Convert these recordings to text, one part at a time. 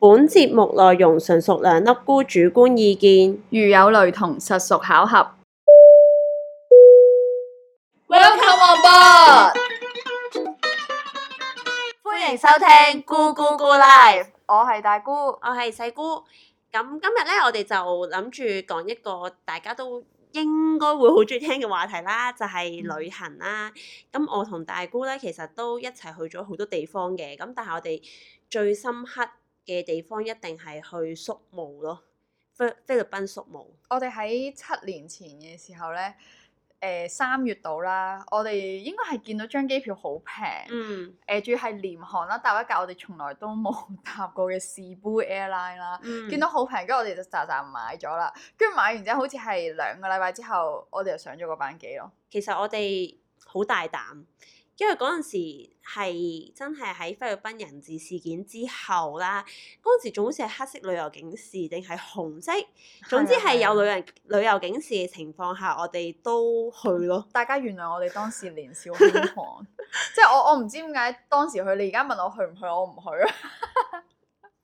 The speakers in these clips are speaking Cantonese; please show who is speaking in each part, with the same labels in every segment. Speaker 1: 本節目內容純屬兩粒菇主觀意見。
Speaker 2: 如有雷同，實屬巧合。
Speaker 3: Welcome on board！歡迎收聽咕咕咕 Live，
Speaker 2: 我係大姑，
Speaker 1: 我係細姑。咁今日咧，我哋就諗住講一個大家都應該會好中意聽嘅話題啦，就係、
Speaker 3: 嗯
Speaker 1: 旅行啦。咁我同大姑咧，其實都一齊去咗好多地方嘅。咁但係我哋最深刻嘅地方一定係去宿務咯，菲菲律賓宿務。
Speaker 2: 我哋喺七年前嘅時候咧，誒三月度啦，我哋應該係見到張機票好平，
Speaker 1: 嗯
Speaker 2: 誒仲要係廉航啦，搭一架我哋從來都冇搭過嘅士杯 airline 啦，
Speaker 1: 嗯，
Speaker 2: 見到好平，跟住我哋就喳喳買咗啦，跟住買完之後好似係兩個禮拜之後，我哋就上咗嗰班機咯。
Speaker 1: 其實我哋好大膽，因為嗰陣時係真係喺菲律賓人質事件之後啦，嗰陣時仲好似係黑色旅遊警示定係紅色，總之
Speaker 2: 啊
Speaker 1: 係有旅人旅遊警示嘅情況下，我哋都去咯。
Speaker 2: 大家原諒我哋當時年少輕狂， 即係我我唔知點解當時去，你而家問我去唔去，我唔去啊！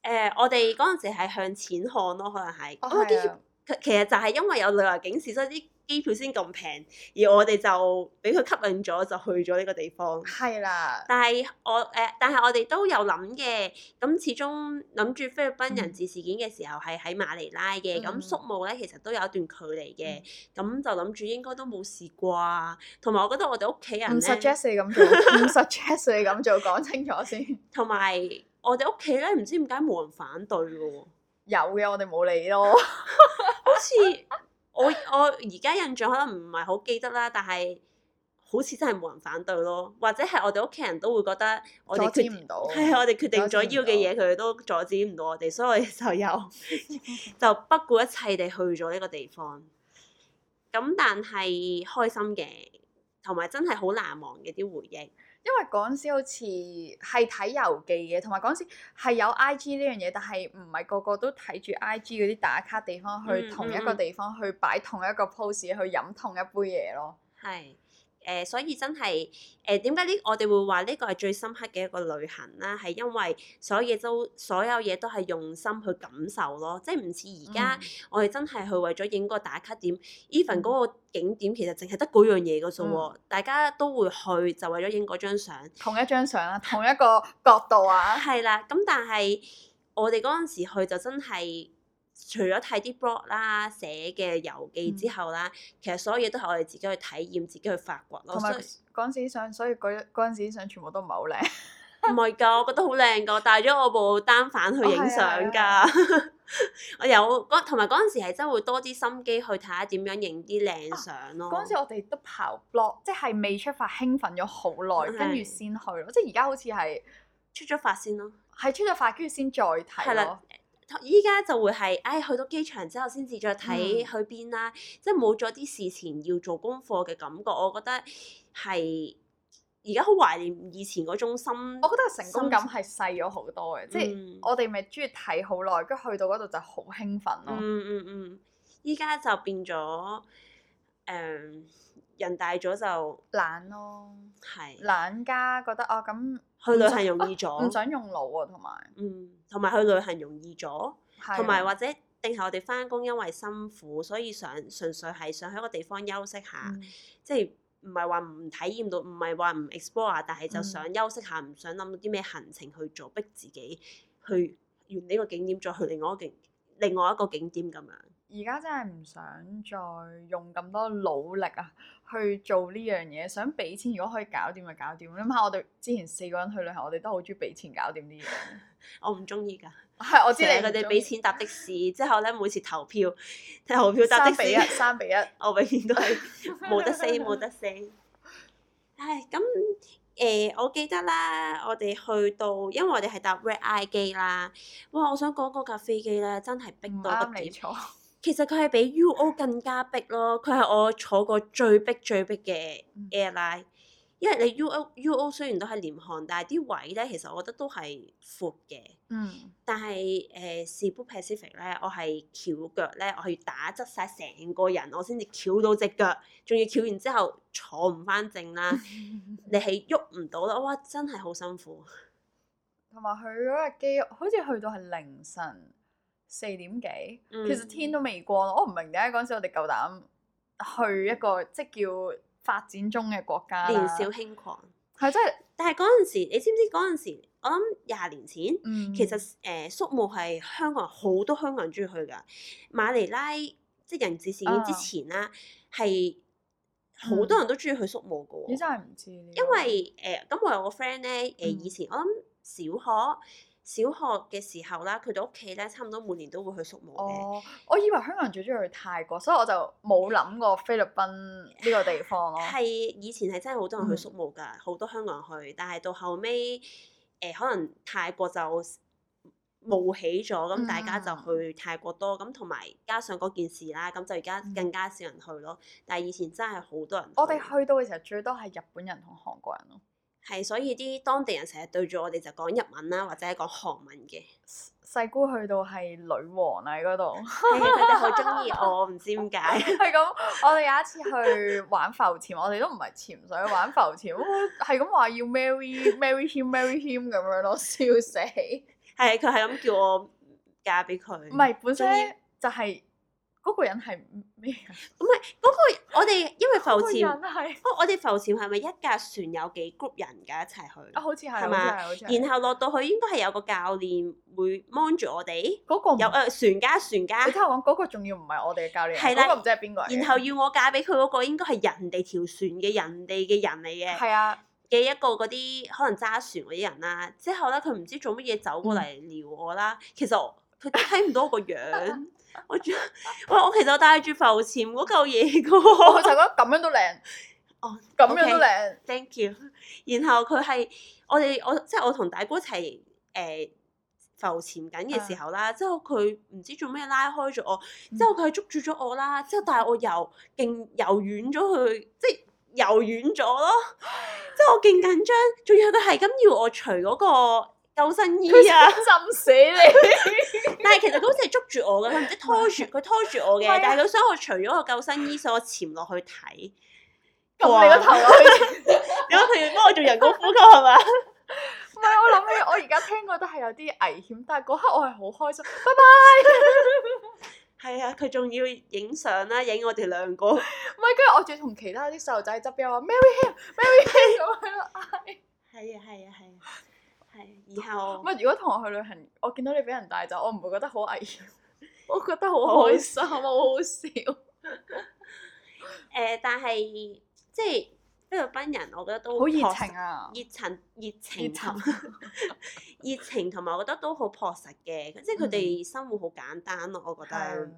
Speaker 1: 誒、呃我哋嗰陣時係向錢看咯，可能係，
Speaker 2: 哦
Speaker 1: 因為機
Speaker 2: 係啊
Speaker 1: 票其其實就係因為有旅遊警示，所以啲機票先咁平，而我哋就俾佢吸引咗，就去咗呢個地方。
Speaker 2: 係啦，
Speaker 1: 但係我誒、但係我哋都有諗嘅。咁始終諗住菲律賓人質事件嘅時候係喺馬尼拉嘅，咁、
Speaker 2: 嗯
Speaker 1: 宿務咧其實都有一段距離嘅，咁、就諗住應該都冇事啩。同埋我覺得我哋屋企
Speaker 2: 唔
Speaker 1: 人咧，
Speaker 2: suggest 你咁做， 唔 suggest 你咁做，講清楚先。
Speaker 1: 同埋我哋屋企咧，唔知點解冇人反對嘅喎，
Speaker 2: 有嘅，我哋冇理咯。
Speaker 1: 好 似我我而家印象可能唔係好記得啦，但係。好似真係冇人反對咯，或者係我哋屋企人都會覺得我哋
Speaker 2: 阻
Speaker 1: 決
Speaker 2: 止唔到，
Speaker 1: 係啊我哋決定咗
Speaker 2: 阻止唔
Speaker 1: 要嘅嘢，佢哋都阻止唔到我哋，所以我哋就有 就不顧一切地去咗呢個地方。咁但係開心嘅，同埋真係好難忘嘅啲回憶。
Speaker 2: 因為嗰陣時好似係睇遊記嘅，同埋嗰陣時係有 I G 呢樣嘢，但係唔係個個都睇住 I G 嗰啲打卡地方去、
Speaker 1: 嗯
Speaker 2: 同一個
Speaker 1: 嗯嗯
Speaker 2: 地方去擺同一個 pose 去飲同一杯嘢咯。
Speaker 1: 係誒、呃所以真係誒點解呢？我哋會話呢個係最深刻嘅一個旅行啦，係因為所有嘢都所有嘢都係用心去感受咯，即係唔似而家。
Speaker 2: 嗯
Speaker 1: 我哋真係去為咗影個打卡點，even 嗰個景點其實淨係得嗰樣嘢嘅啫喎，
Speaker 2: 嗯
Speaker 1: 大家都會去就為咗影嗰張相。
Speaker 2: 同一張相啊，同一個角度啊，
Speaker 1: 係啦，咁但係我哋嗰陣時去就真係除咗睇啲 blog 啦、寫嘅遊記
Speaker 2: 嗯
Speaker 1: 之後啦，其實所有嘢都係我哋自己去體驗、自己去發掘咯。
Speaker 2: 同
Speaker 1: 所
Speaker 2: 埋
Speaker 1: 以
Speaker 2: 嗰陣時相，所以嗰嗰陣時相全部都唔係好靚。
Speaker 1: 唔係㗎，我覺得好靚㗎，我帶咗我部單反去影相
Speaker 2: 哦係啊
Speaker 1: 㗎。 我有嗰同埋嗰陣時係真會多啲心機去睇下點樣影啲靚相咯。
Speaker 2: 啊 嗰陣時我哋都刨 blog，即係未出發興奮咗好耐，跟住
Speaker 1: 係
Speaker 2: 先去咯。即係而家好似係
Speaker 1: 出咗發先咯。
Speaker 2: 係出咗發，跟住先再
Speaker 1: 係
Speaker 2: 睇
Speaker 1: 啦
Speaker 2: 咯。
Speaker 1: 依家就會係，唉，去到機場之後先至再睇
Speaker 2: 嗯
Speaker 1: 去邊啦，即係冇咗啲事前要做功課嘅感覺，我覺得係而家好懷念以前嗰種心。
Speaker 2: 我覺得成功感係細咗好多嘅，即係
Speaker 1: 嗯
Speaker 2: 我哋咪中意睇好耐，跟住去到嗰度就好興奮
Speaker 1: 嗯
Speaker 2: 咯。
Speaker 1: 嗯嗯，依家就變咗誒、人大咗就
Speaker 2: 懶咯，
Speaker 1: 係
Speaker 2: 懶加覺得哦咁
Speaker 1: 去旅行容易
Speaker 2: 唔
Speaker 1: 咗，
Speaker 2: 想用腦啊，同埋
Speaker 1: 嗯，同埋去旅行容易咗，
Speaker 2: 係啊
Speaker 1: 同埋或者定係我哋翻工因為辛苦，所以想純粹係想喺一個地方休息下。
Speaker 2: 嗯
Speaker 1: 即係唔係話唔體驗到，唔係話唔 explore，但係啊就
Speaker 2: 嗯
Speaker 1: 想休息下，唔想諗啲咩行程去做，逼自己去完呢個景點，再去另外一個景，另外一個景點咁樣。
Speaker 2: 而家真係唔想再用咁多努力啊，去做呢樣嘢。想俾錢，如果可以搞掂就搞掂。諗下我哋之前四個人去旅行，我哋都好中意俾錢搞掂啲嘢。
Speaker 1: 我唔中意㗎，
Speaker 2: 係，我
Speaker 1: 我
Speaker 2: 知你
Speaker 1: 佢哋俾錢搭的士，之後咧每次投票，投票搭的
Speaker 2: 三比一，
Speaker 1: 士，
Speaker 2: 三比一。
Speaker 1: 我永遠都係 冇得 say，冇得 say。唉，咁誒、我記得啦，我哋去到，因為我哋係搭 Red Eye 機啦。哇！我想講嗰架飛機咧，真係逼
Speaker 2: 唔
Speaker 1: 到
Speaker 2: 啱
Speaker 1: 不
Speaker 2: 你啊
Speaker 1: 點。
Speaker 2: 錯，
Speaker 1: 其實佢係比 UO 更加逼咯，佢係我坐過最逼最逼嘅
Speaker 2: 嗯
Speaker 1: airline，因為你 UO UO 雖然都係廉航，但係啲位咧其實我覺得都係闊嘅。
Speaker 2: 嗯，
Speaker 1: 但係誒士杯 Pacific 咧，我係翹腳咧，我係打側晒成個人，我先至翹到只腳，仲要翹完之後 坐唔翻正啦，你係喐唔到啦，哇！真係好辛苦。
Speaker 2: 同埋佢嗰日機，好似去到係凌晨四點幾，
Speaker 1: 嗯
Speaker 2: 其實天都未光。我唔明點解嗰陣時我哋夠膽去一個即係叫發展中嘅國家啦
Speaker 1: 年少輕狂。
Speaker 2: 係真係，
Speaker 1: 但係嗰陣時，你知唔知嗰陣時？我諗廿年前，
Speaker 2: 嗯，
Speaker 1: 其實誒、呃宿務係香港人好多香港人中意去㗎。馬尼拉即係人質事件
Speaker 2: 啊
Speaker 1: 之前啦，係好、多人都中意去宿務㗎
Speaker 2: 你嗯真
Speaker 1: 喎。
Speaker 2: 係唔知呢個
Speaker 1: 因為誒，咁、我有個 friend 咧，誒、
Speaker 2: 嗯
Speaker 1: 以前我諗小學小學嘅時候啦，佢哋屋企咧差唔多每年都會去宿務嘅。
Speaker 2: 哦，我以為香港人最中意去泰國，所以我就冇諗過菲 律賓呢個地方咯。
Speaker 1: 係以前係真係好多人去
Speaker 2: 嗯
Speaker 1: 宿務㗎，好、多香港人去，但係到後尾誒、呃可能泰國就冒起咗，咁大家
Speaker 2: 嗯
Speaker 1: 就去泰國多，咁同埋加上嗰件事啦，咁就而家
Speaker 2: 嗯
Speaker 1: 更加少人去咯。但係以前真係好多人，
Speaker 2: 我哋去到嘅時候，最多係日本人同韓國人咯。
Speaker 1: 係所以啲當地人成日對住我哋就講日文啦，或者係講韓文 嘅，
Speaker 2: 細姑去到係女王啊喺嗰度。
Speaker 1: 係佢哋好中意我，唔知點解。
Speaker 2: 係咁，我哋有一次去玩浮潛，我哋都唔係潛水，玩浮潛，哇係咁話要 marry marry him marry him 咁樣咯，笑 死！
Speaker 1: 係佢係咁叫我嫁俾佢，
Speaker 2: 唔係本身
Speaker 1: 終於
Speaker 2: 咧就係嗰個人係咩啊？
Speaker 1: 嗰個我哋因為浮
Speaker 2: 嗰個
Speaker 1: 潛。
Speaker 2: 人係
Speaker 1: 哦，我哋浮潛係咪一架船有幾 group 人㗎一齊去？
Speaker 2: 啊，好似係
Speaker 1: 係
Speaker 2: 好似
Speaker 1: 嘛
Speaker 2: 係好似係
Speaker 1: 然後落到去應該係有個教練會 mon 住我哋，
Speaker 2: 嗰個唔
Speaker 1: 有誒、呃船家船家
Speaker 2: 你，聽我講嗰個仲要唔係我哋嘅教練，啊
Speaker 1: 係啦
Speaker 2: 嗰個唔哦知係邊個嚟嘅。
Speaker 1: 然後要我嫁俾佢嗰個應該係人哋條船嘅人哋嘅人嚟嘅
Speaker 2: 係啊，
Speaker 1: 嘅一個嗰啲可能揸船嗰啲人啦。之後咧佢唔知做乜嘢走過
Speaker 2: 嗯
Speaker 1: 嚟撩我啦，其實我佢 睇唔到我個樣，我仲哇我其實我戴住浮潛嗰嚿嘢嘅喎
Speaker 2: 我就覺得咁樣都靚，
Speaker 1: 哦
Speaker 2: 咁樣
Speaker 1: OK
Speaker 2: 都靚。
Speaker 1: thank you。然 後佢係我哋我即係我同大姑一齊誒、呃浮潛緊嘅時候啦，之後佢唔知做咩拉開咗我，
Speaker 2: 嗯
Speaker 1: 之後佢係捉住咗我啦，之後但係我又勁游遠咗去，即係游遠咗咯，即係我勁緊張，仲要佢係咁要我除嗰個救生衣啊！
Speaker 2: 浸 死你！
Speaker 1: 但係其實佢好似係捉住我嘅，佢唔知拖 住佢拖住我
Speaker 2: 係
Speaker 1: 嘅
Speaker 2: 啊，
Speaker 1: 但係佢想我除咗個救生衣，所以我潛落去睇。
Speaker 2: 撳你個頭啊 落去。
Speaker 1: 點解佢要幫我做人工呼吸係嘛？
Speaker 2: 唔係，我諗起我而家聽過都係有啲危險，但係嗰刻我係好開心。
Speaker 1: 係啊，佢仲要影相啦，影我哋兩個。
Speaker 2: 唔係，跟住我仲要同其他啲細路仔側邊話 Mary him，Mary him 咁樣咯。
Speaker 1: 係啊，係啊，係啊，係。以後
Speaker 2: 唔係，如果同我去旅行，我見到你俾人帶走，我唔會覺得好危險，我覺得好
Speaker 1: 好
Speaker 2: 開心，好好笑。
Speaker 1: 誒，但係即係菲律賓人，我覺得都
Speaker 2: 好熱
Speaker 1: 樸
Speaker 2: 情啊！
Speaker 1: 熱情、熱
Speaker 2: 熱
Speaker 1: 情
Speaker 2: 情
Speaker 1: 同 熱情同埋，我覺得都好樸實嘅，即
Speaker 2: 嗯
Speaker 1: 係佢哋生活好簡單咯。我覺得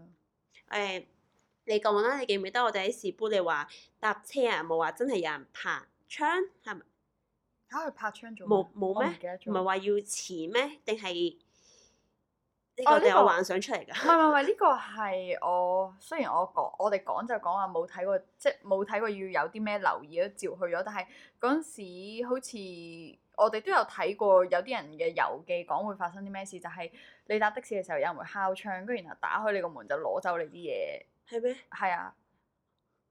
Speaker 1: 誒、你講啦，你記唔記得我哋喺士杯你話搭車啊？冇話真係有人拍窗係咪？
Speaker 2: 嚇佢拍窗做
Speaker 1: 冇冇
Speaker 2: 我唔
Speaker 1: 咩
Speaker 2: 記得咗
Speaker 1: 唔係話要錢咩？定係呢
Speaker 2: 哦
Speaker 1: 個
Speaker 2: 呢
Speaker 1: 你
Speaker 2: 個
Speaker 1: 有幻想出嚟㗎？
Speaker 2: 唔係唔係唔係，呢個係我雖然我講 我哋講就講話冇睇過，即係冇睇過要有啲咩留意都照去咗。但係嗰陣時好似我哋都有睇過有啲人嘅遊記講會發生啲咩事，就係、你搭的士嘅時候有人會敲窗，跟住然後打開你個門就攞走你啲嘢，
Speaker 1: 係咩？
Speaker 2: 係啊。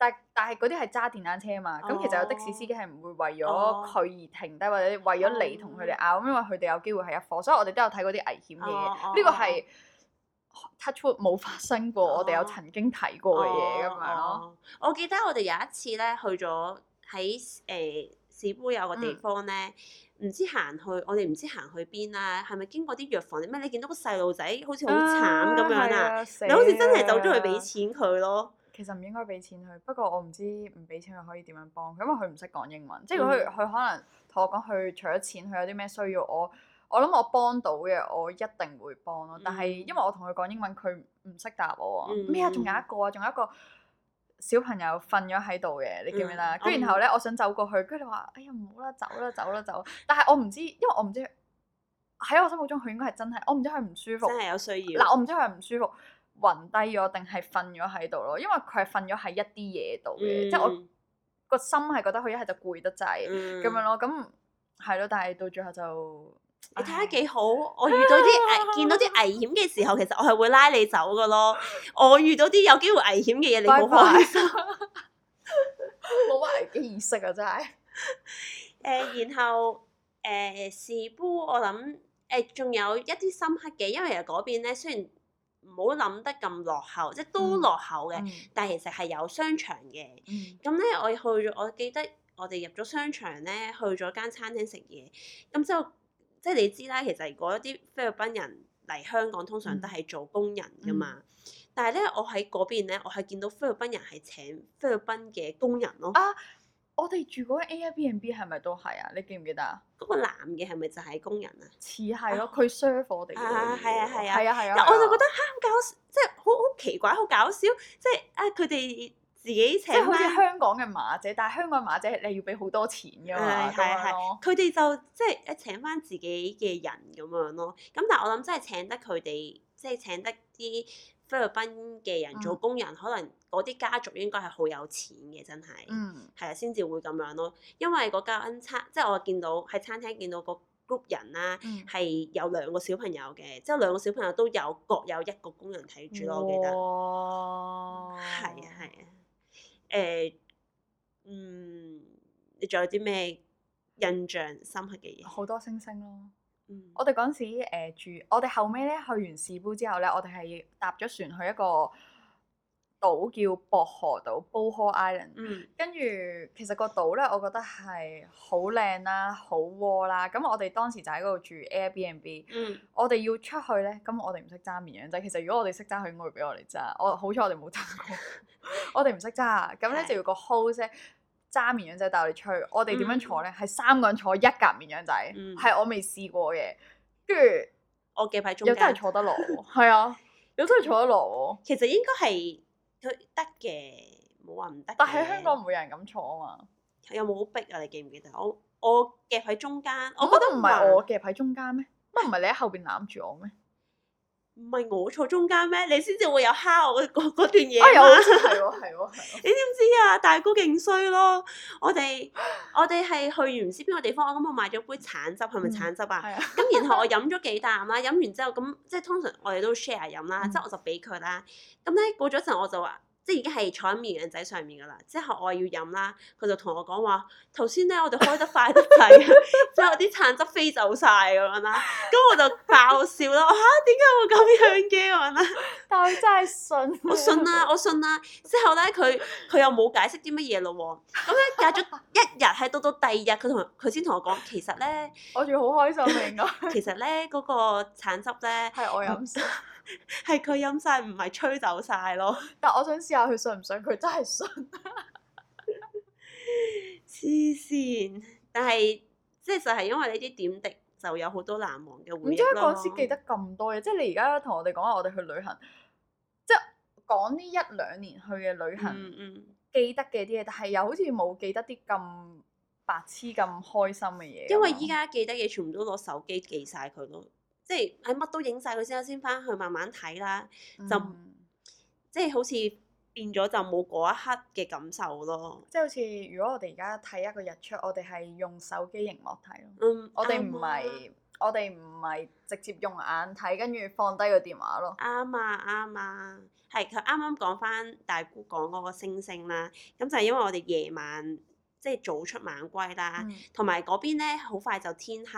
Speaker 2: 但但係嗰啲係揸電單車啊嘛，咁、其實有的士司機係唔會為咗
Speaker 1: 哦嗯
Speaker 2: 佢而停低，或者為咗你同佢哋拗，因為佢哋有機會係一伙，所以我哋都有睇嗰啲危險嘅嘢。
Speaker 1: 哦
Speaker 2: 呢個係 touch wood 冇發生過，我哋有
Speaker 1: 哦
Speaker 2: 曾經睇過嘅嘢咁樣咯。
Speaker 1: 哦。我記得我哋有一次咧去咗喺誒市杯有個地
Speaker 2: 嗯
Speaker 1: 方咧，唔、知行去我哋唔知行去邊啦，係咪經過啲藥房定咩？你見到個細路仔好似好慘咁樣啊！
Speaker 2: 啊！
Speaker 1: 你
Speaker 2: 你
Speaker 1: 好似真係走咗去俾。錢佢咯，
Speaker 2: 其實唔應該俾錢佢，不過我唔知唔俾錢佢可以點樣幫佢，因為佢唔識講英文。即係佢
Speaker 1: 嗯
Speaker 2: 佢可能同我講佢除咗錢，佢有啲咩需要我。我諗我幫到嘅，我一定會幫咯。但係
Speaker 1: 嗯
Speaker 2: 因為我同佢講英文，佢唔識答我啊。
Speaker 1: 嗯
Speaker 2: 咩啊？仲有一個啊，仲有一個小朋友瞓咗喺度嘅，你記唔記得啊？
Speaker 1: 嗯
Speaker 2: 跟住然後咧，我想走過去，跟住你話：哎呀，唔好啦，走啦，走啦，走。但係我唔知，因為我唔知喺我心目中佢應該係真係，我唔知佢唔舒服
Speaker 1: 真。係有啊需要。
Speaker 2: 嗱，我唔知佢係唔舒服。暈低咗定係瞓咗喺度咯，因為佢係瞓咗喺一啲嘢
Speaker 1: 嗯
Speaker 2: 度嘅，即係我個心係覺得佢一係就攰得滯咁、
Speaker 1: 嗯
Speaker 2: 樣。咯，咁係咯，但係到最後就
Speaker 1: 你睇下
Speaker 2: 唉
Speaker 1: 幾好，我遇到 啲危，見到啲危險嘅時候，其實我係會拉你走噶咯。我遇到啲有機會危險嘅嘢，你好
Speaker 2: 啊
Speaker 1: 開心。
Speaker 2: 冇乜危機意識啊，真係。
Speaker 1: 誒、然後誒、士杯，我諗誒，仲有一啲深刻嘅，因為其實嗰邊咧雖然唔好諗得咁落後，即係都
Speaker 2: 嗯
Speaker 1: 落後嘅，
Speaker 2: 嗯
Speaker 1: 但係其實係有商場嘅。
Speaker 2: 嗯
Speaker 1: 咁咧，我去咗，我記得我哋入咗商場咧，去咗間餐廳食嘢，咁之後即係你知啦，其實如果一啲菲律賓人嚟香港，通
Speaker 2: 嗯
Speaker 1: 常都係做工人噶嘛。但係咧，我喺嗰邊咧，我係見到菲律賓人係請菲律賓嘅工人咯。
Speaker 2: 啊我哋住嗰個 Airbnb 係咪都係啊？你記唔記得啊？
Speaker 1: 嗰個男嘅係咪就係工人啊？
Speaker 2: 似係咯，佢 serve 我哋嘅
Speaker 1: 啊
Speaker 2: 嘢
Speaker 1: 係啊係啊
Speaker 2: 係啊係啊，
Speaker 1: 嗱，我就
Speaker 2: 係啊
Speaker 1: 覺得嚇好搞笑，即係好好奇怪，好搞笑，即係啊佢哋自己
Speaker 2: 即
Speaker 1: 請
Speaker 2: 係好似
Speaker 1: 返
Speaker 2: 香港嘅馬姐，但係香港嘅馬姐你要俾好多錢㗎嘛，
Speaker 1: 係係
Speaker 2: 咁樣
Speaker 1: 係
Speaker 2: 咯，
Speaker 1: 佢哋就即係誒請翻自己嘅人咁樣咯。咁但係我諗真係請得佢哋，即係請得啲菲律賓嘅人做
Speaker 2: 嗯
Speaker 1: 工人，可能嗰啲家族應該係好有錢嘅，真係。
Speaker 2: 嗯
Speaker 1: 係啊，先至會咁樣咯。因為嗰間餐，即係我見到喺餐廳見到個 group 人啦、
Speaker 2: 嗯
Speaker 1: 係有兩個小朋友嘅，之後兩個小朋友都有各有一個工人睇住咯，我記
Speaker 2: 哦
Speaker 1: 得。
Speaker 2: 哇
Speaker 1: 係啊係啊，誒、嗯，你仲有啲咩印象深刻嘅嘢？
Speaker 2: 好多星星咯。
Speaker 1: 嗯，
Speaker 2: 我哋嗰陣時誒、呃住，我哋後尾咧去完士杯之後咧，我哋係搭咗船去一個島叫薄荷島 （Boho Island）。
Speaker 1: 嗯
Speaker 2: 跟住其實個島咧，我覺得係好靚啦，好窩啦。咁我哋當時就喺嗰度住 Airbnb。
Speaker 1: 嗯，
Speaker 2: 我哋要出去咧，咁我哋唔識揸綿羊仔。其實如果我哋識揸，佢應該會俾我哋揸。我好彩我哋冇揸 過，我哋唔識揸。咁咧
Speaker 1: 係
Speaker 2: 就要個 host 咧揸綿羊仔帶我哋出去。我哋點
Speaker 1: 嗯
Speaker 2: 樣坐咧？係三個人坐一格綿羊仔，
Speaker 1: 嗯
Speaker 2: 係、我未試過嘅。跟住
Speaker 1: 我嘅喺中
Speaker 2: 又真
Speaker 1: 間
Speaker 2: 係，坐得落喎， 係啊，又真係坐得落喎。
Speaker 1: 其實應該係佢得嘅，冇話唔得嘅。
Speaker 2: 但喺香港唔會有人咁坐啊嘛。
Speaker 1: 有冇好逼啊？你記唔記得？我我夾喺中間，我
Speaker 2: 我
Speaker 1: 覺
Speaker 2: 覺
Speaker 1: 得
Speaker 2: 得唔
Speaker 1: 係
Speaker 2: 係我夾喺中間咩？乜唔係你喺後邊攬住我咩？
Speaker 1: 唔係我坐中間咩？你先至會有蝦我嗰 嗰段嘢
Speaker 2: 啊，又好
Speaker 1: 嘛。
Speaker 2: 似係喎，係喎，係喎。
Speaker 1: 你知唔知啊？大哥勁衰咯！我哋我哋係去完唔知邊個地方，我咁我買咗杯橙汁，係咪
Speaker 2: 嗯
Speaker 1: 橙汁啊？
Speaker 2: 係啊，
Speaker 1: 咁然後我飲咗幾啖啦，飲完之後咁即係通常我哋都 share 飲啦，
Speaker 2: 嗯
Speaker 1: 之後我就俾佢啦。咁咧過咗一陣我就話，即係已經係坐喺綿羊仔上面噶啦。之後我要飲啦，佢就同我講話，頭先咧我哋開得快得滯，啊 之後啲橙汁飛走晒咁樣啦。咁我就爆笑啦，我嚇點解會咁樣嘅咁樣啦？
Speaker 2: 但係真係信，
Speaker 1: 我信啦，我信啦。之後咧，佢佢又冇解釋啲乜嘢咯喎。咁咧隔咗一日，係到到第二日，佢同佢先同我講，其實咧，
Speaker 2: 我仲好開心啊，應該。
Speaker 1: 其實咧嗰、個橙汁咧
Speaker 2: 係我飲先，
Speaker 1: 係佢飲晒，唔係吹走晒咯。
Speaker 2: 但我想試下佢信唔信，佢真係信。
Speaker 1: 黐線！但係即係就係因為呢啲點滴，就有好多難忘嘅
Speaker 2: 唔
Speaker 1: 回
Speaker 2: 知
Speaker 1: 憶咯。
Speaker 2: 嗰時記得咁多嘢，即係你而家同我哋講話，我哋去旅行，即係講呢一兩年去嘅旅行，
Speaker 1: 嗯嗯，
Speaker 2: 記得嘅啲嘢，但係又好似冇記得啲咁白痴咁開心嘅嘢。
Speaker 1: 因為依家記得嘅全部都攞手機記晒佢咯，即係喺乜都影晒佢先啦，先翻去慢慢睇啦。就
Speaker 2: 嗯
Speaker 1: 即係好似變咗就冇嗰一刻嘅感受咯。
Speaker 2: 即係好似如果我哋而家睇一個日出，我哋係用手機熒幕睇咯，
Speaker 1: 嗯，
Speaker 2: 我哋唔
Speaker 1: 啱啊
Speaker 2: 係我哋唔係直接用眼睇，跟住放低個電話咯。
Speaker 1: 啱啊啱啊，係佢啱啱講翻大姑講嗰個星星啦，咁就係因為我哋夜晚即係早出晚歸啦，
Speaker 2: 嗯
Speaker 1: 同埋嗰邊咧好快就天黑，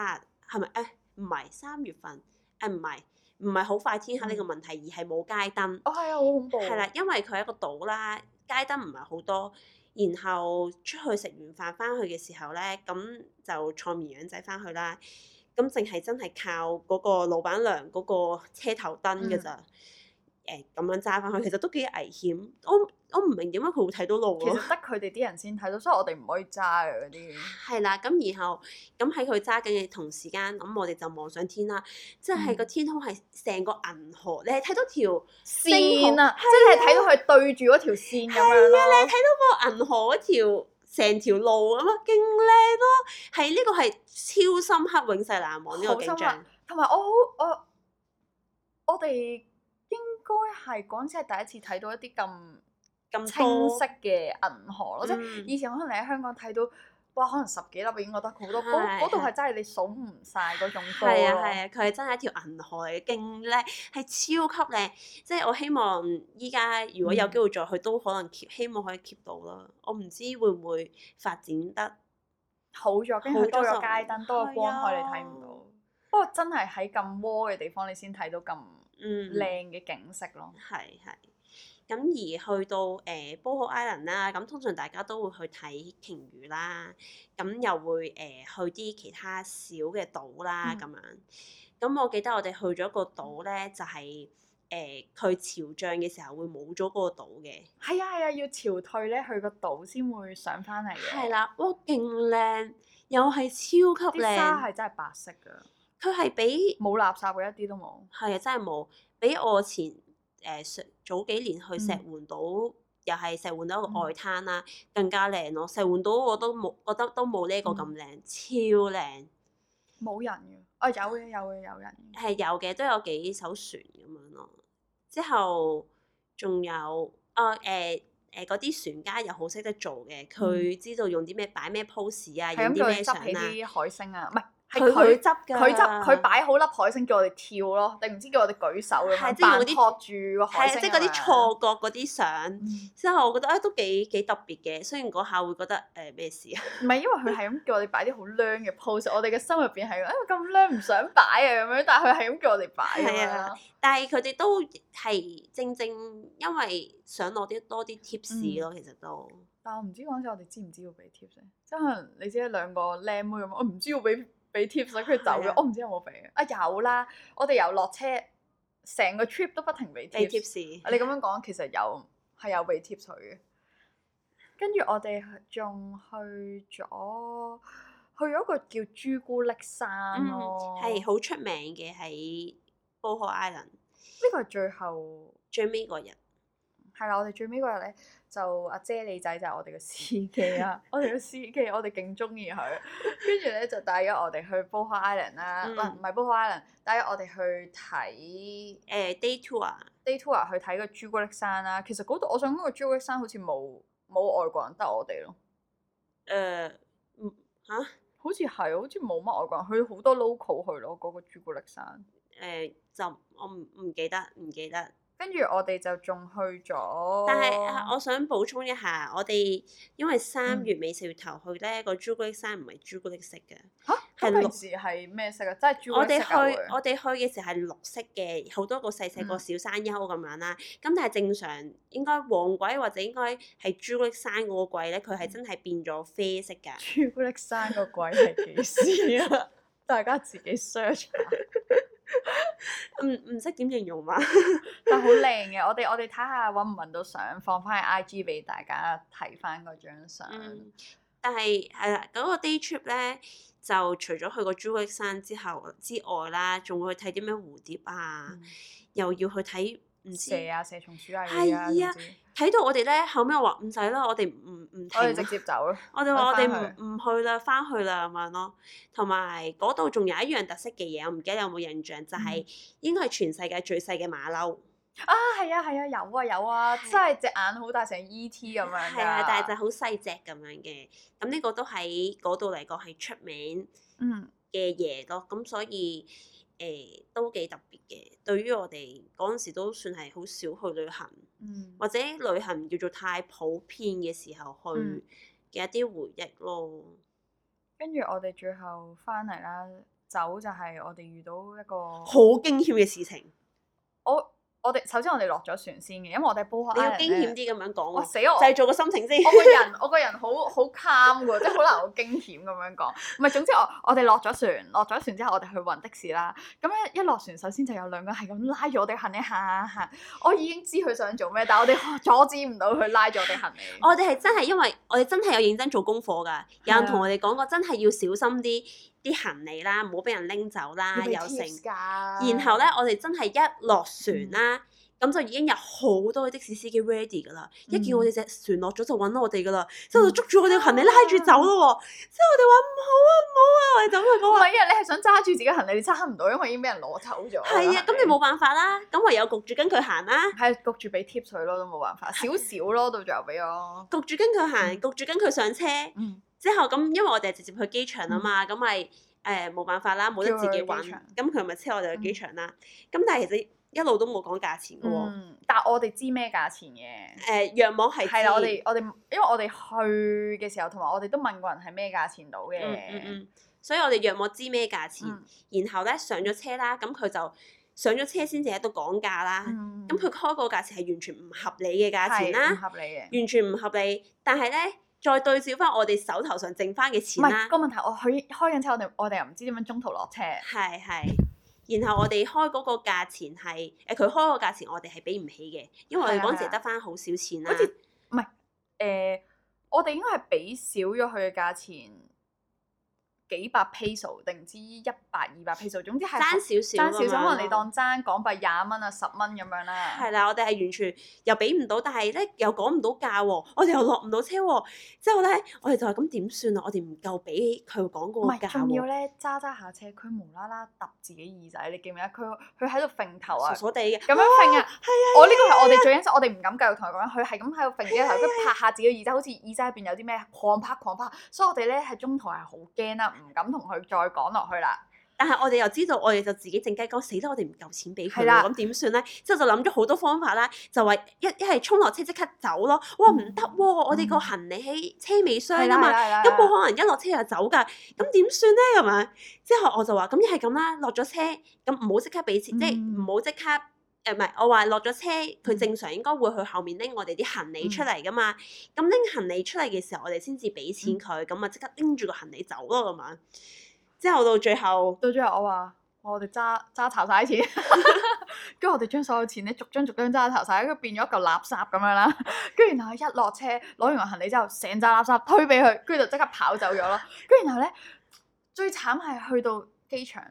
Speaker 1: 係咪？誒唔係三月份，哎誒唔係唔係好快天黑呢個問題，而係冇街燈。
Speaker 2: 嗯哦，係啊，好恐怖啊。
Speaker 1: 係啦，因為佢係一個島啦，街燈唔係好多，然後出去食完飯翻去嘅時候咧，咁就坐綿羊仔翻去啦。咁淨係真係靠嗰個老闆娘嗰個車頭燈嘅咋，誒咁、
Speaker 2: 嗯
Speaker 1: 樣揸翻去，其實都幾危險。我我唔明點解佢會睇到路
Speaker 2: 其實
Speaker 1: 咯。
Speaker 2: 得佢哋啲人先睇到，所以我哋唔可以揸啊嘅嗰啲。
Speaker 1: 係啦，咁然後咁喺佢揸緊嘅同時間，咁我哋就望上天啦，即係
Speaker 2: 嗯
Speaker 1: 個天空係成個銀河，你係睇到條。
Speaker 2: 線啊，即係睇到佢對住嗰條線咁樣
Speaker 1: 啊
Speaker 2: 咯。
Speaker 1: 銀河嗰條成條路咁啊，勁靚咯！係呢個係超深刻、永世難忘呢個
Speaker 2: 好
Speaker 1: 景
Speaker 2: 深刻
Speaker 1: 象。
Speaker 2: 同埋我好我我哋應該係嗰陣時係第一次睇到一啲咁
Speaker 1: 咁
Speaker 2: 清
Speaker 1: 多
Speaker 2: 晰嘅銀河咯，即係
Speaker 1: 嗯
Speaker 2: 以前可能你喺香港睇到，哇，可能十幾粒已經覺得好多，
Speaker 1: 係
Speaker 2: 嗰嗰度
Speaker 1: 係
Speaker 2: 係真係你數唔晒嗰種多
Speaker 1: 係啊
Speaker 2: 咯。
Speaker 1: 係啊，佢係真係一條銀河嚟嘅，勁靚，係超級靚。即係我希望依家如果有
Speaker 2: 嗯
Speaker 1: 機會再去，都可能 keep，希望可以 keep 到啦。我唔知會唔會發展得
Speaker 2: 好咗，跟住
Speaker 1: 好
Speaker 2: 佢多
Speaker 1: 咗
Speaker 2: 咗
Speaker 1: 就
Speaker 2: 街燈，多
Speaker 1: 係
Speaker 2: 咗光
Speaker 1: 啊
Speaker 2: 害，你睇唔到。不過真係喺咁窩嘅地方，你先睇到咁
Speaker 1: 嗯，
Speaker 2: 靚嘅景色咯。
Speaker 1: 係係。咁而去到誒 Boho Island 啦，咁通常大家都會去睇鯨魚啦，咁又會誒、呃去啲其他小嘅島啦
Speaker 2: 嗯
Speaker 1: 咁、樣。咁我記得我哋去咗個島咧，就係誒佢潮漲嘅時候會冇咗嗰個島嘅。
Speaker 2: 係啊係啊，要潮退咧，去個島先會上翻嚟嘅。
Speaker 1: 係，啦，哇，勁靚，又係超級
Speaker 2: 啲沙
Speaker 1: 靚，
Speaker 2: 係真係白色㗎，
Speaker 1: 佢係比
Speaker 2: 冇垃圾嘅，一啲都冇。
Speaker 1: 係啊，真係冇。比我前誒上、早幾年去
Speaker 2: 嗯
Speaker 1: 石門島，又係石門島一個外灘啦，更加靚咯。石門島我都冇覺得都冇呢個
Speaker 2: 嗯
Speaker 1: 咁靚，超靚。
Speaker 2: 冇人嘅，啊有嘅有嘅有人嘅，
Speaker 1: 係有嘅，都有幾艘船咁樣咯。之後仲有啊誒誒嗰啲船家又好識得做嘅，佢知道用啲咩擺咩 pose 啊，
Speaker 2: 嗯
Speaker 1: 用啲
Speaker 2: 係咁叫
Speaker 1: 咩
Speaker 2: 佢
Speaker 1: 相
Speaker 2: 執起
Speaker 1: 啊。
Speaker 2: 啲海星啊，唔係係
Speaker 1: 佢佢
Speaker 2: 佢
Speaker 1: 執㗎，
Speaker 2: 佢執佢擺好粒海星叫我哋跳咯，定唔知叫我哋舉手咁
Speaker 1: 係
Speaker 2: 樣
Speaker 1: 即係用
Speaker 2: 扮
Speaker 1: 嗰啲
Speaker 2: 托住個
Speaker 1: 係
Speaker 2: 海
Speaker 1: 啊
Speaker 2: 星
Speaker 1: 即係嗰啲
Speaker 2: 咁樣。
Speaker 1: 錯覺嗰啲相。
Speaker 2: 嗯
Speaker 1: 之後我覺得啊都幾幾特別嘅，雖然嗰下會覺得誒咩、事啊，
Speaker 2: 唔係因為佢係咁叫我哋擺啲好靚嘅 pose，我哋嘅心入邊係啊咁靚唔想擺啊咁樣，但係佢係咁叫我哋擺咁
Speaker 1: 係
Speaker 2: 樣
Speaker 1: 啊
Speaker 2: 咯。
Speaker 1: 但係佢哋都係正正因為想攞啲多啲 tips 咯，其實都
Speaker 2: 但我唔知嗰陣時我哋知唔知要俾 tips 咧，即係可能你知兩個靚妹咁，我唔知要俾俾 tips，所以佢走
Speaker 1: 係
Speaker 2: 咗
Speaker 1: 啊，
Speaker 2: 我唔知有冇俾啊有啦，我哋由落車成個 trip 都不停俾
Speaker 1: 俾
Speaker 2: tips。
Speaker 1: tips
Speaker 2: 啊你咁樣講，其實有係有俾 tips 佢嘅。跟住我哋仲去咗去咗個叫朱古力山
Speaker 1: 嗯
Speaker 2: 咯，
Speaker 1: 係好出名嘅喺 Boho Island
Speaker 2: 呢個係最後
Speaker 1: 最尾嗰日，
Speaker 2: 係啦，我哋最尾嗰日咧就阿啫喱仔就係我哋嘅司機啦，我哋嘅司機我哋勁中意佢，跟住咧就帶咗我哋去 Boho Island 啦，
Speaker 1: 嗯
Speaker 2: 喂唔係 Boho Island，帶咗我哋去睇
Speaker 1: 誒、day 呃 tour
Speaker 2: day tour 啊去睇個朱古力山啦。其實嗰度我想講個朱古力山好似冇冇外國人，得我哋咯，
Speaker 1: 誒嗯
Speaker 2: 好似係好似冇乜外國人，去好多 local 去咯嗰、個朱古力山。
Speaker 1: 誒呃就我唔唔記得唔記得，
Speaker 2: 跟住我哋就仲去咗，
Speaker 1: 但係、啊
Speaker 2: 哦
Speaker 1: 我想補充一下，我哋因為三月尾四月頭去咧，個朱古力山唔係朱古力色嘅。
Speaker 2: 嚇
Speaker 1: 係
Speaker 2: 咁
Speaker 1: 綠
Speaker 2: 平時係咩色啊？真係朱古
Speaker 1: 我
Speaker 2: 力
Speaker 1: 哋
Speaker 2: 色啊
Speaker 1: 去
Speaker 2: 會
Speaker 1: 我哋去嘅時候係綠色嘅，好多個細細個
Speaker 2: 嗯
Speaker 1: 小山丘咁樣啦。咁、但係正常應該旺季或者應該係朱古力山嗰個季咧，佢係
Speaker 2: 嗯
Speaker 1: 真係變咗啡色㗎。
Speaker 2: 朱古力山個鬼係幾時 啊？大家自己 search 下，
Speaker 1: 唔 唔識點形容嘛？
Speaker 2: 但好靚嘅。我哋我哋睇下揾唔揾到相，放翻喺 IG 俾大家睇翻嗰張相。
Speaker 1: 嗯 但係係啦，嗰、個 day trip 咧，就除咗去個朱古力山之後之外啦，仲會去睇啲咩蝴蝶啊，
Speaker 2: 嗯
Speaker 1: 又要去睇唔知
Speaker 2: 蛇啊，蛇蟲鼠蟻嗰啲啊
Speaker 1: 係啊
Speaker 2: 總之
Speaker 1: 睇到我哋咧，後尾我話唔使啦，我哋唔唔
Speaker 2: 我哋
Speaker 1: 停
Speaker 2: 直接走 啦。
Speaker 1: 我哋話我哋
Speaker 2: 我返
Speaker 1: 唔唔去啦，翻去啦咁樣咯。同埋嗰度仲有一樣特色嘅嘢，我唔記得有冇印象，就係、應該係全世界最細嘅馬騮，
Speaker 2: 啊，係啊，係啊，有啊，有啊，
Speaker 1: 係
Speaker 2: 真係隻眼好大，成 E.T. 咁樣㗎。
Speaker 1: 係啊，但係就好細只咁樣嘅。咁呢個都喺嗰度嚟講係出名
Speaker 2: 嗯，
Speaker 1: 嘅嘢咯。咁所以誒、都幾特別嘅。對於我哋嗰陣時都算係好少去旅行，
Speaker 2: 嗯
Speaker 1: 或者旅行叫做太普遍嘅時候去
Speaker 2: 嗯
Speaker 1: 嘅一啲回憶咯。
Speaker 2: 跟住我哋最後翻嚟啦，走就係我哋遇到一個
Speaker 1: 好驚險嘅事情，
Speaker 2: 我我哋首先我哋落咗船先嘅，因為我哋 b o
Speaker 1: 你要驚險啲咁樣講
Speaker 2: 哇
Speaker 1: 喎。
Speaker 2: 死我！
Speaker 1: 製造個心情先。
Speaker 2: 我個人 我個人好好 calm 喎，即係好難好驚險咁樣講。唔係，總之我我哋落咗船，落咗船之後我哋去揾的士啦。咁咧一落船，首先就有兩個人係咁拉住我哋行嚟行行，我已經知佢想做咩，但係我哋 阻止唔到佢拉住我哋行嚟。
Speaker 1: 我哋係真係因為我哋真係有認真做功課㗎，有人
Speaker 2: 係啊
Speaker 1: 同我哋講過，真係要小心啲啲行李啦，唔好俾人拎走啦，
Speaker 2: 要俾
Speaker 1: 有成。
Speaker 2: tips 哎㗎
Speaker 1: 然後咧，我哋真係一落船啦，咁就已經有好多嘅的士司機 ready 㗎啦，一見我哋隻船落咗就揾我哋㗎啦，之後就捉住我哋行李拉住走咯喎，之後我哋話唔好啊唔好 啊，我哋就咁佢
Speaker 2: 唔
Speaker 1: 講話。
Speaker 2: 係啊，你係想揸住自己行李，你揸唔到，因為已經俾人攞走咗。
Speaker 1: 係啊，咁你冇辦法啦，咁唯有焗住跟佢行啦，
Speaker 2: 係焗住俾 tips 佢咯，都冇辦法，少少咯，到最後俾我。
Speaker 1: 焗住跟佢行，
Speaker 2: 嗯
Speaker 1: 焗住跟佢上車。
Speaker 2: 嗯。
Speaker 1: 之後咁，因為我哋係直接去機場啊嘛，咁咪誒冇辦法啦，冇得自己
Speaker 2: 叫佢去
Speaker 1: 揾
Speaker 2: 機場。嗯
Speaker 1: 咁佢咪車我哋去機場啦。咁、但係其實一路都冇講價錢嘅喎。
Speaker 2: 嗯，但係我哋知咩價錢嘅。
Speaker 1: 誒約莫係
Speaker 2: 係啦，我
Speaker 1: 知
Speaker 2: 哋我哋因為我哋去嘅時候，同埋我哋都問過人係咩價錢到嘅。
Speaker 1: 嗯嗯嗯，所以我哋約莫知咩價錢，
Speaker 2: 嗯
Speaker 1: 然後咧上咗車啦，咁佢就上咗車先至喺度講價啦。
Speaker 2: 嗯
Speaker 1: 咁佢 call 個價錢係完全唔合理嘅價錢
Speaker 2: 係唔
Speaker 1: 啦，
Speaker 2: 合理嘅。
Speaker 1: 完全唔合理。但係咧，再對照翻我哋手頭上剩翻嘅
Speaker 2: 唔
Speaker 1: 錢啦
Speaker 2: 係，個問題，我佢開緊車，我哋我哋又唔知點樣中途落車。
Speaker 1: 係係。然後我哋開嗰個價錢係，誒佢開個價錢我哋係俾唔起嘅，因為我哋
Speaker 2: 係啊
Speaker 1: 嗰陣
Speaker 2: 係
Speaker 1: 時
Speaker 2: 啊
Speaker 1: 得翻好少錢啦
Speaker 2: 好。似誒、我哋應該係俾少咗佢嘅價錢幾百 peso 定唔知一百二百 peso，總之
Speaker 1: 爭
Speaker 2: 係
Speaker 1: 少少咁樣
Speaker 2: 爭
Speaker 1: 咯，
Speaker 2: 少咗，可能你當爭港幣廿蚊啊十蚊咁樣啦。
Speaker 1: 係啦，我哋係完全又俾唔到，但係咧又講唔到價喎，我哋又落唔到車喎。之後咧，我哋就係咁點算啊？我哋唔夠俾佢講
Speaker 2: 唔
Speaker 1: 嗰個
Speaker 2: 係，
Speaker 1: 價
Speaker 2: 仲要
Speaker 1: 喎，
Speaker 2: 咧揸揸下車，佢無啦啦揼自己耳仔，你記唔記得？佢佢喺度揈頭啊
Speaker 1: 傻，傻地嘅。
Speaker 2: 咁樣揈啊！
Speaker 1: 係啊，
Speaker 2: 我呢個係我哋最欣賞，我哋唔敢繼續同佢講，佢係咁喺度揈自己頭，佢拍下自己耳仔，好似耳仔入邊有啲咩狂拍狂拍，所以我哋咧喺中途係好驚啦，唔敢同佢再講落去啦。
Speaker 1: 但係我哋又知道，我哋就自己靜雞講，死啦！我哋唔夠錢俾佢
Speaker 2: 係啦
Speaker 1: 喎，咁點算咧？之後就諗咗好多方法啦，就話一一係衝落車即刻走咯。哇，唔得喎！我哋個行李喺車尾箱
Speaker 2: 嗯係啦
Speaker 1: 啊嘛，
Speaker 2: 係啦，
Speaker 1: 咁冇可能一落車就走㗎。咁點算咧？咁樣之後我就話：咁一係咁啦，落咗車咁唔好即刻俾錢，即
Speaker 2: 嗯
Speaker 1: 係唔好即刻。誒唔係，我話落咗車，佢
Speaker 2: 嗯
Speaker 1: 正常應該會去後面拎我哋啲行李出嚟㗎嘛。咁拎行李出嚟嘅時候，我哋先至俾
Speaker 2: 嗯
Speaker 1: 錢佢，咁啊即刻拎住個行李走咯咁樣。之後到最後。
Speaker 2: 到最後我話：我哋揸揸頭晒啲錢，跟住我哋將所有錢咧逐張逐張揸頭晒，跟住變咗一嚿垃圾咁樣啦。跟住然後一落車攞完個行李之後，成扎垃圾推俾佢，跟住就即刻跑走咗咯。跟住然後咧，最慘係去到機場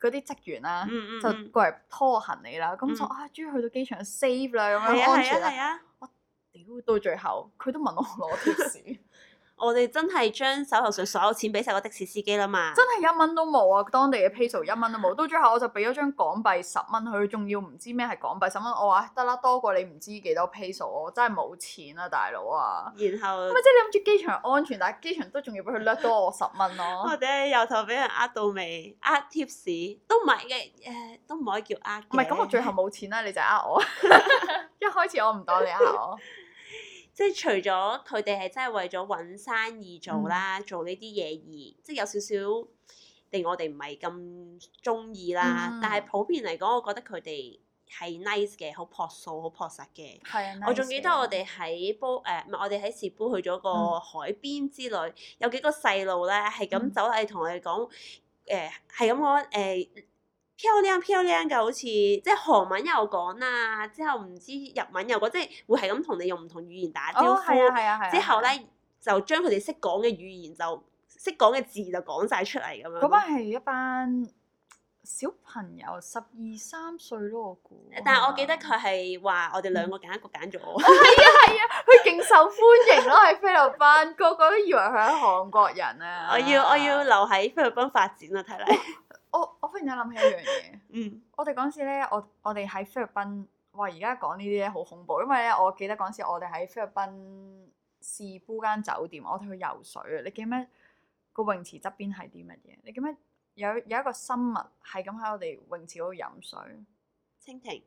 Speaker 2: 嗰啲職員啦、
Speaker 1: 嗯嗯
Speaker 2: 啊就
Speaker 1: 嗯，
Speaker 2: 過嚟拖行李啦，咁
Speaker 1: 嗯
Speaker 2: 就啊，終於去到機場 save 啦，咁
Speaker 1: 係
Speaker 2: 樣
Speaker 1: 啊
Speaker 2: 安
Speaker 1: 係
Speaker 2: 全
Speaker 1: 啊
Speaker 2: 啦。
Speaker 1: 係啊！
Speaker 2: 屌，到最後佢都問我攞貼士，
Speaker 1: 我哋真係將手頭上所有錢俾晒個的士司機啦嘛。
Speaker 2: 真係一蚊都冇啊！當地嘅 peso 一蚊都冇，到最後我就俾咗張港幣十蚊佢，仲要唔知咩係港幣十蚊，我話得啦，多過你唔知幾多 peso，我真係冇錢啊，大佬 啊！
Speaker 1: 然
Speaker 2: 咁
Speaker 1: 後
Speaker 2: 咪即係你諗住機場安全，但係機場都仲要俾佢掠多我十蚊
Speaker 1: 我
Speaker 2: 咯。
Speaker 1: 哋由頭俾人呃到尾，呃 tips 都唔係嘅，誒都唔可以叫呃嘅。
Speaker 2: 唔係咁，我最後冇錢啦，你就呃 我。一開始我唔當你呃我，
Speaker 1: 即係除咗佢哋係真係為咗揾生意做啦，
Speaker 2: 嗯
Speaker 1: 做呢啲嘢而即係有少少令我哋唔係咁中意啦。
Speaker 2: 嗯
Speaker 1: 但係普遍嚟講，我覺得佢哋係 nice 嘅，好樸素，好樸實嘅。
Speaker 2: 係啊
Speaker 1: 我仲記得我。
Speaker 2: nice 嘅
Speaker 1: 哋喺波誒，唔係我哋喺士姑去咗個
Speaker 2: 嗯
Speaker 1: 海邊之旅，有幾個細路咧係咁
Speaker 2: 嗯
Speaker 1: 走嚟同我哋講誒，係咁講誒漂亮漂亮嘅，好似即係韓文又講啦，之後唔知日文又講，即係會係咁同你用唔同語言打招
Speaker 2: 哦，
Speaker 1: 呼，
Speaker 2: 係啊，係啊，係啊。
Speaker 1: 之後
Speaker 2: 係啊，
Speaker 1: 咧就將佢哋識講嘅語言就識講嘅字就講晒出嚟咁樣
Speaker 2: 嗰
Speaker 1: 咯。
Speaker 2: 班係一班小朋友，十二三歲咯，我估。
Speaker 1: 但係
Speaker 2: 係
Speaker 1: 我記得
Speaker 2: 嘛
Speaker 1: 佢係話我哋
Speaker 2: 嗯
Speaker 1: 兩個揀一個揀咗我。
Speaker 2: 佢勁受歡迎咯，喺菲律賓，個個都以為佢係韓國人啊！
Speaker 1: 我要我要留喺菲律賓發展啊！睇嚟，
Speaker 2: 我我忽然間諗起一樣嘢，
Speaker 1: 嗯，
Speaker 2: 我哋嗰陣時咧，我我哋喺菲律賓，哇！而家講呢啲咧好恐怖，因為咧我記得嗰陣時我哋喺菲律賓士姑間酒店，我哋去游水啊！你記唔記得個泳池側邊係啲乜嘢？你記唔記得有有一個生物係咁喺我哋泳池嗰度飲水？
Speaker 1: 蜻蜓、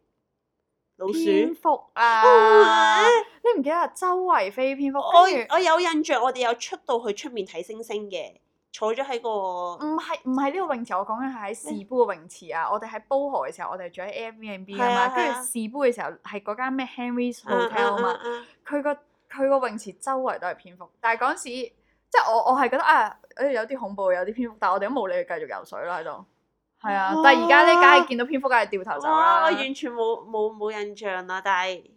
Speaker 1: 老
Speaker 2: 蝙
Speaker 1: 鼠。
Speaker 2: 蝠啊！
Speaker 1: 啊
Speaker 2: 你唔記得啊？周圍飛蝙蝠，
Speaker 1: 我
Speaker 2: 跟住
Speaker 1: 我有印象，我哋有出到去出面睇星星嘅，坐咗喺個
Speaker 2: 唔係唔係呢個泳池，我講緊係喺
Speaker 1: 嗯
Speaker 2: 士姑嘅泳池啊！我哋喺煲河嘅時候，我哋住喺 Airbnb
Speaker 1: 係
Speaker 2: 啊
Speaker 1: 啊
Speaker 2: 嘛，跟
Speaker 1: 係
Speaker 2: 住
Speaker 1: 啊嗯
Speaker 2: 士姑嘅時候係嗰間咩 Henry's Hotel 啊嘛，
Speaker 1: 嘛。
Speaker 2: 佢個佢個泳池周圍都係蝙蝠，但係嗰陣時即係我我係覺得啊，誒有啲恐怖，有啲蝙蝠，但係我哋都冇理佢繼續游水啦喺度。係啊，
Speaker 1: 哇
Speaker 2: 但係而家咧，梗係見到蝙蝠，梗係掉頭走啊
Speaker 1: 哇！
Speaker 2: 啦。
Speaker 1: 我
Speaker 2: 係
Speaker 1: 完全冇冇冇印象啦，但係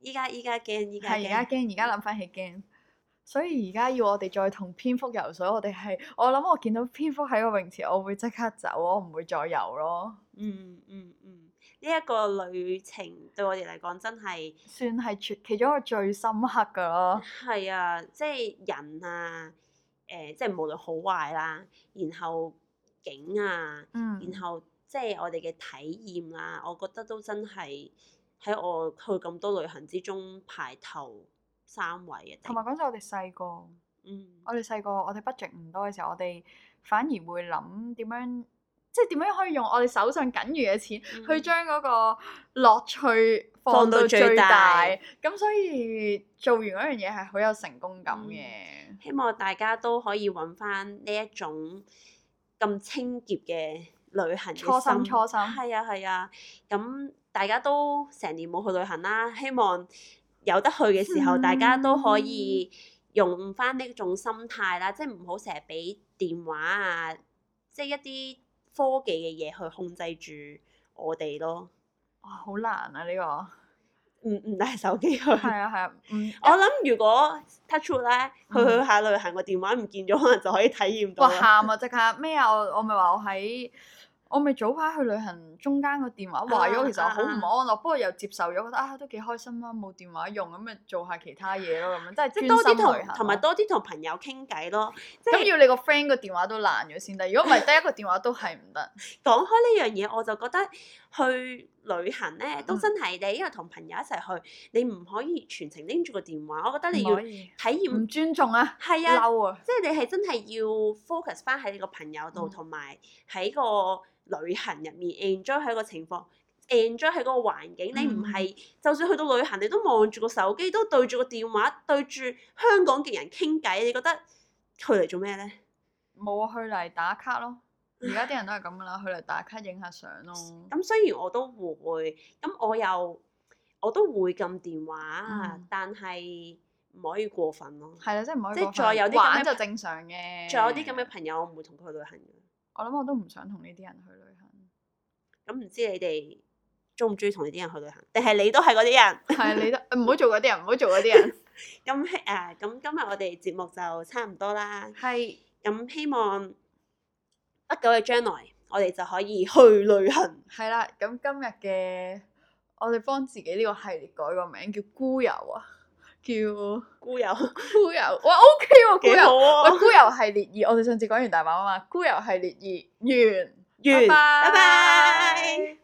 Speaker 1: 依家依家驚，依家
Speaker 2: 而家
Speaker 1: 驚。
Speaker 2: 驚，而家諗翻起驚。所以而家要我哋再同蝙蝠游水，我哋係我諗我見到蝙蝠喺個泳池，我會即刻走，我唔會再游咯。
Speaker 1: 嗯嗯嗯，呢一個旅程對我哋嚟講真係
Speaker 2: 算係全其中一個最深刻噶咯。
Speaker 1: 係啊，即係人啊，誒，即係無論好壞啦，然後景啊。
Speaker 2: 嗯
Speaker 1: 然後即係我哋嘅體驗啦，我覺得都真係喺我去咁多旅行之中排頭三位嘅。
Speaker 2: 同埋嗰陣我哋細個，
Speaker 1: 嗯，
Speaker 2: 我哋細個我哋 budget 唔多嘅時候，我哋反而會諗點樣，即係點樣可以用我哋手上僅餘嘅錢
Speaker 1: 嗯
Speaker 2: 去將嗰個樂趣放
Speaker 1: 放
Speaker 2: 到
Speaker 1: 到最
Speaker 2: 最大
Speaker 1: 大。
Speaker 2: 咁所以做完嗰樣嘢係好有成功感
Speaker 1: 嗯
Speaker 2: 嘅。
Speaker 1: 希望大家都可以揾翻呢一種咁清潔嘅旅行嘅
Speaker 2: 初心初心
Speaker 1: 係啊係啊，咁大家都成年冇去旅行啦，希望有得去嘅時候，大家都可 以用翻呢種心態啦，即係唔好成日俾電話啊，即係一啲科技嘅嘢去控制住我哋咯，
Speaker 2: 哇，好難啊呢個，
Speaker 1: 唔唔帶手機去。
Speaker 2: 係啊係啊， 唔
Speaker 1: 我諗如果 touch wood 咧，去
Speaker 2: 嗯
Speaker 1: 去下旅行個電話唔見咗，可能就可以體驗到
Speaker 2: 哇
Speaker 1: 啦。
Speaker 2: 喊啊！即刻咩啊！我我咪話我喺我咪早排去旅行，中間個電話壞
Speaker 1: 啊
Speaker 2: 咗，其實我好唔安樂，不過又接受咗，覺得啊都幾開心啊，冇電話用咁咪做下其他嘢咯，咁樣即
Speaker 1: 即係
Speaker 2: 係專
Speaker 1: 多
Speaker 2: 心
Speaker 1: 啲
Speaker 2: 旅行
Speaker 1: 同
Speaker 2: 啊。
Speaker 1: 同埋多啲同朋友傾偈咯。即
Speaker 2: 咁
Speaker 1: 係
Speaker 2: 要你個 friend 個電話都爛咗先得，如果唔係得一個電話都係唔得。
Speaker 1: 講開呢樣嘢，我就覺得去旅行咧
Speaker 2: 嗯
Speaker 1: 都真係你因為同朋友一齊去，你唔可以全程拎住個電話。我覺得你
Speaker 2: 唔
Speaker 1: 要
Speaker 2: 可
Speaker 1: 體
Speaker 2: 以唔
Speaker 1: 驗
Speaker 2: 尊重啊，
Speaker 1: 係啊，
Speaker 2: 嬲啊！
Speaker 1: 即係你係真係要 focus 翻喺你個朋友度，
Speaker 2: 嗯
Speaker 1: 同埋喺個旅行入面 enjoy 喺個情況。enjoy 喺嗰個環境，你
Speaker 2: 嗯
Speaker 1: 唔係就算去到旅行，你都望住個手機，都對住個電話，對住香港嘅人傾偈，你覺得佢嚟做咩咧？
Speaker 2: 冇啊，去嚟打卡咯。而家啲人都係咁噶啦，去嚟打卡影下相 咯。
Speaker 1: 咁雖然我都會，咁我又我都會撳電話啊，
Speaker 2: 嗯
Speaker 1: 但係唔可以過分咯。
Speaker 2: 係啦，即係唔可以
Speaker 1: 即係
Speaker 2: 過分
Speaker 1: 再有啲咁嘅
Speaker 2: 玩就正常嘅。
Speaker 1: 仲有啲咁嘅朋友，我唔會同佢去旅行嘅。
Speaker 2: 我諗我都唔想同呢啲人去旅行。
Speaker 1: 咁唔知你哋中唔中意同呢啲人去旅行？定係你都係嗰啲人？
Speaker 2: 係你都唔好做嗰啲人，唔好做嗰啲人。
Speaker 1: 咁希啊，咁今日我哋節目就差唔多啦。
Speaker 2: 係
Speaker 1: 咁希望不久嘅將來，我哋就可以去旅行。
Speaker 2: 係啦，咁今日嘅我哋幫自己呢個系列改個名叫孤遊啊，叫
Speaker 1: 孤友
Speaker 2: 孤遊。哇，OK 喎，孤
Speaker 1: 幾
Speaker 2: 遊
Speaker 1: 好。啊！
Speaker 2: 喂，孤遊系列二，我哋上次講完大把啊嘛，孤遊系列二完。
Speaker 1: 完，
Speaker 2: 拜
Speaker 1: 拜拜。